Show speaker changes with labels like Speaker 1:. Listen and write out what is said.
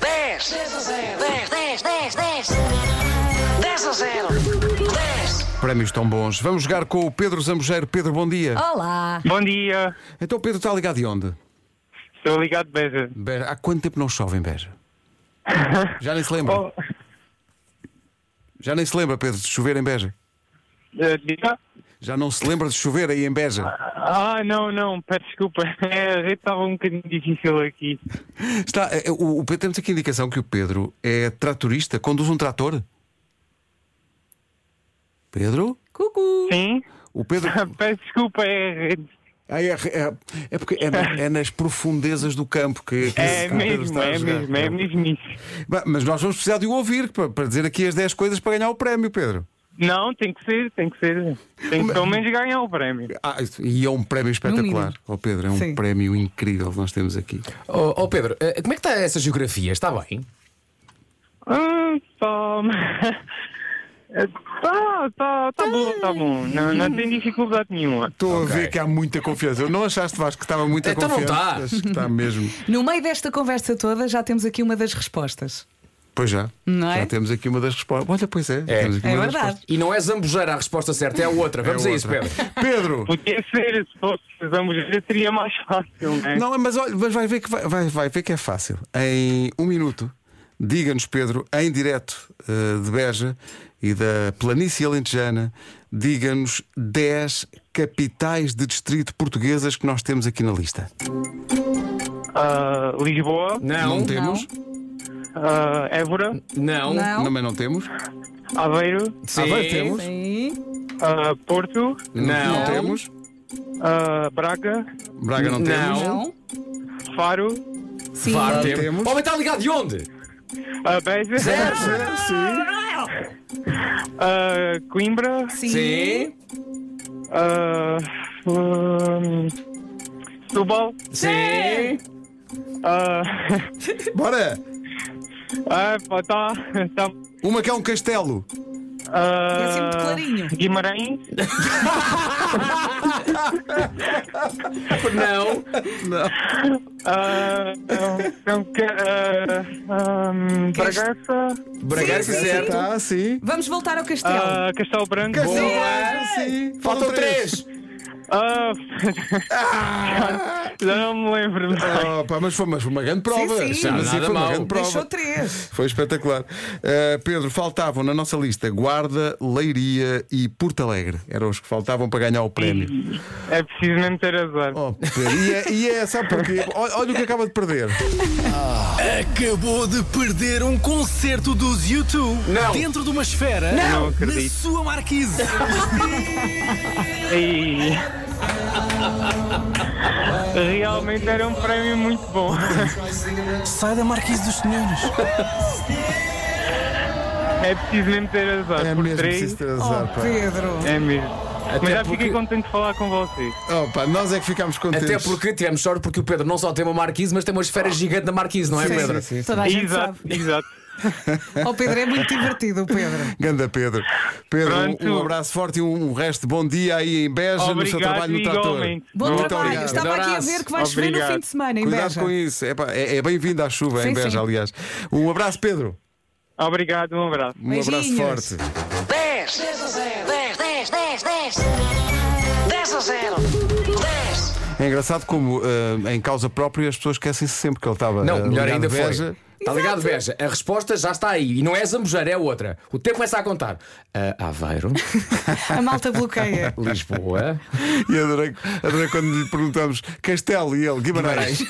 Speaker 1: 10, 10 a 0. 10, 10, 10, 10. 10 a 0. 10.
Speaker 2: Prémios tão bons. Vamos jogar com o Pedro Zambujeiro. Pedro, bom dia.
Speaker 3: Olá!
Speaker 4: Bom dia,
Speaker 2: Então o Pedro está ligado de onde?
Speaker 4: estou ligado Beja.
Speaker 2: Beja. Há quanto tempo não chove em Beja? Já nem se lembra.
Speaker 4: Oh,
Speaker 2: Já nem se lembra, Pedro, de chover em Beja.
Speaker 4: eh, diga?
Speaker 2: Já não se lembra de chover aí em Beja.
Speaker 4: Ah, não, não, peço desculpa. É, a rede estava um bocadinho difícil aqui.
Speaker 2: Está, é, o, o Pedro- temos aqui a indicação que o Pedro é tratorista, conduz um trator. Pedro?
Speaker 3: Cucu!
Speaker 4: Sim?
Speaker 2: O Pedro.
Speaker 4: Peço desculpa, é a rede.
Speaker 2: Ah, é, é- é porque é, na- é nas profundezas do campo que. que
Speaker 4: É
Speaker 2: o Pedro
Speaker 4: mesmo,
Speaker 2: está a
Speaker 4: é
Speaker 2: jogar.
Speaker 4: mesmo, é mesmo isso.
Speaker 2: Bem, Mas nós vamos precisar de o ouvir para, para dizer aqui as 10 coisas para ganhar o prémio, Pedro.
Speaker 4: Não, tem que ser, tem que ser. Tem que pelo menos ganhar o prémio.
Speaker 2: Ah, isso- e é um prémio espetacular.
Speaker 3: mínimo.
Speaker 2: Oh, Pedro, é um
Speaker 3: Sim.
Speaker 2: prémio incrível que nós temos aqui.
Speaker 5: Oh, oh, Pedro, eh, como é que está essa geografia? Está bem?
Speaker 4: Ah, tá. Tá, tá, tá bom, tá bom. Não, não tem dificuldade nenhuma.
Speaker 2: Estou
Speaker 5: Ok.
Speaker 2: a ver que há muita confiança. Eu não achaste, Vasco, que estava muita
Speaker 5: Então não
Speaker 2: confiança.
Speaker 5: está.
Speaker 2: Acho que está mesmo.
Speaker 3: No meio desta conversa toda já temos aqui uma das respostas.
Speaker 2: Pois já.
Speaker 3: Não é?
Speaker 2: Já temos aqui uma das respostas. Olha, pois é.
Speaker 5: É.
Speaker 2: temos aqui
Speaker 3: É
Speaker 2: uma das
Speaker 3: verdade.
Speaker 5: E não é zambujeira a resposta certa, é a outra.
Speaker 2: respostas.
Speaker 5: Vamos
Speaker 2: É
Speaker 5: a isso,
Speaker 2: outra.
Speaker 5: Pedro.
Speaker 2: Pedro!
Speaker 4: Podia ser, se fosse ambos, seria mais fácil, né?
Speaker 2: Não, mas olha, mas vai ver que vai, vai, vai ver que é fácil. Em um minuto, diga-nos, Pedro, em direto eh, de Beja e da Planície Alentejana, diga-nos 10 capitais de distrito portuguesas que nós temos aqui na lista.
Speaker 4: Ah, Lisboa,
Speaker 5: Não,
Speaker 2: não temos?
Speaker 4: ah, Évora,
Speaker 5: não.
Speaker 3: Não.
Speaker 2: Também não temos.
Speaker 4: Aveiro,
Speaker 5: Sim.
Speaker 2: Ah, bem, Ah, temos.
Speaker 3: Sim.
Speaker 4: ah, Porto,
Speaker 5: Não.
Speaker 2: temos.
Speaker 4: ah, Braga,
Speaker 2: Braga não,
Speaker 5: Não.
Speaker 2: temos.
Speaker 3: Não.
Speaker 4: Faro,
Speaker 3: Sim.
Speaker 5: Claro,
Speaker 2: Não
Speaker 5: temos.
Speaker 2: temos. É,
Speaker 5: Homem, está ligado de onde? É.
Speaker 4: ah, Beja,
Speaker 2: Beja, sim.
Speaker 4: ah, Coimbra,
Speaker 3: Sim.
Speaker 4: ah, hum, Setúbal,
Speaker 5: Sim.
Speaker 4: ah,
Speaker 2: Bora!
Speaker 4: ah, pá, tá, tá,
Speaker 2: Uma que é um castelo.
Speaker 4: ah,
Speaker 3: É sempre clarinho.
Speaker 4: Guimarães,
Speaker 5: Não.
Speaker 4: ah, não, não, que- ah, hum, Bragança,
Speaker 5: Bragança,
Speaker 3: Sim, sim,
Speaker 5: certo.
Speaker 2: Tá, sim.
Speaker 3: Vamos voltar ao castelo.
Speaker 4: ah, Castelo Branco,
Speaker 2: Castelo
Speaker 5: Boa.
Speaker 2: Sim.
Speaker 5: Faltam três.
Speaker 4: Ah,
Speaker 3: Ah.
Speaker 4: já não me lembro.
Speaker 2: Opa, mas foi mas foi uma grande prova.
Speaker 3: sim.
Speaker 2: Sim, mas
Speaker 5: Não,
Speaker 2: sim,
Speaker 5: nada
Speaker 2: foi uma
Speaker 5: mal.
Speaker 2: grande prova.
Speaker 3: Deixou três.
Speaker 2: Foi espetacular. Uh, Pedro, faltavam na nossa lista Guarda, Leiria e Porto Alegre. Eram os que faltavam para ganhar o prémio.
Speaker 4: É preciso mesmo ter azar.
Speaker 2: Oh, Pedro, e, é, e é, sabe porquê? Olha, olha o que acaba de perder.
Speaker 6: Acabou de perder um concerto dos YouTube
Speaker 5: Não.
Speaker 6: dentro de uma esfera
Speaker 4: Não
Speaker 6: na
Speaker 4: acredito.
Speaker 6: sua marquise.
Speaker 4: E... Realmente era um prémio muito bom.
Speaker 6: Sai da marquise dos senhores.
Speaker 4: É preciso mesmo ter azar.
Speaker 2: É
Speaker 4: por
Speaker 2: mesmo
Speaker 4: três,
Speaker 2: preciso ter azar. pá.
Speaker 3: Oh, Pedro.
Speaker 4: é mesmo. Mas já
Speaker 5: porque-
Speaker 4: fiquei contente de falar com vocês.
Speaker 2: Oh, pá, nós é que ficámos contentes.
Speaker 5: Até porque tivemos sorte porque o Pedro não só tem uma marquise, mas tem uma esfera gigante na marquise, não é,
Speaker 2: Sim,
Speaker 5: Pedro?
Speaker 2: sim, sim.
Speaker 3: Toda a gente
Speaker 4: exato,
Speaker 3: sabe.
Speaker 4: exato.
Speaker 3: O Pedro é muito divertido, o Pedro.
Speaker 2: Ganda Pedro. Pedro, um-
Speaker 4: Pronto.
Speaker 2: um, abraço forte e um, um resto de bom dia aí em Beja, no seu
Speaker 4: Obrigado,
Speaker 2: trabalho no trator.
Speaker 4: igualmente.
Speaker 3: Bom
Speaker 2: Muito
Speaker 3: trabalho.
Speaker 2: obrigado.
Speaker 3: Estava aqui a
Speaker 5: Abraço.
Speaker 3: ver que vai chover no
Speaker 4: Obrigado.
Speaker 3: fim de semana em
Speaker 2: Cuidado
Speaker 3: Beja.
Speaker 2: com isso. Epá, É, é bem-vindo à chuva
Speaker 3: Sim,
Speaker 2: em Beja,
Speaker 3: sim.
Speaker 2: aliás. Um abraço, Pedro.
Speaker 4: Obrigado, um abraço.
Speaker 2: Um abraço
Speaker 3: Beijinhos.
Speaker 2: forte.
Speaker 1: 10. 10 a 0. 10, 10, 10, 10. 10 a 0. 10.
Speaker 2: É engraçado como eh, em causa própria as pessoas esquecem-se sempre que ele estava. eh,
Speaker 5: Não, melhor
Speaker 2: ligado
Speaker 5: ainda
Speaker 2: a
Speaker 5: foi.
Speaker 2: Beja.
Speaker 5: Está ligado, Veja? A resposta já está aí. E não é zambujeira, é outra. O tempo começa a contar. Ah, Aveiro,
Speaker 3: A malta bloqueia.
Speaker 5: Lisboa.
Speaker 2: E adorei, adorei quando lhe perguntamos Castelo e ele, Guimarães.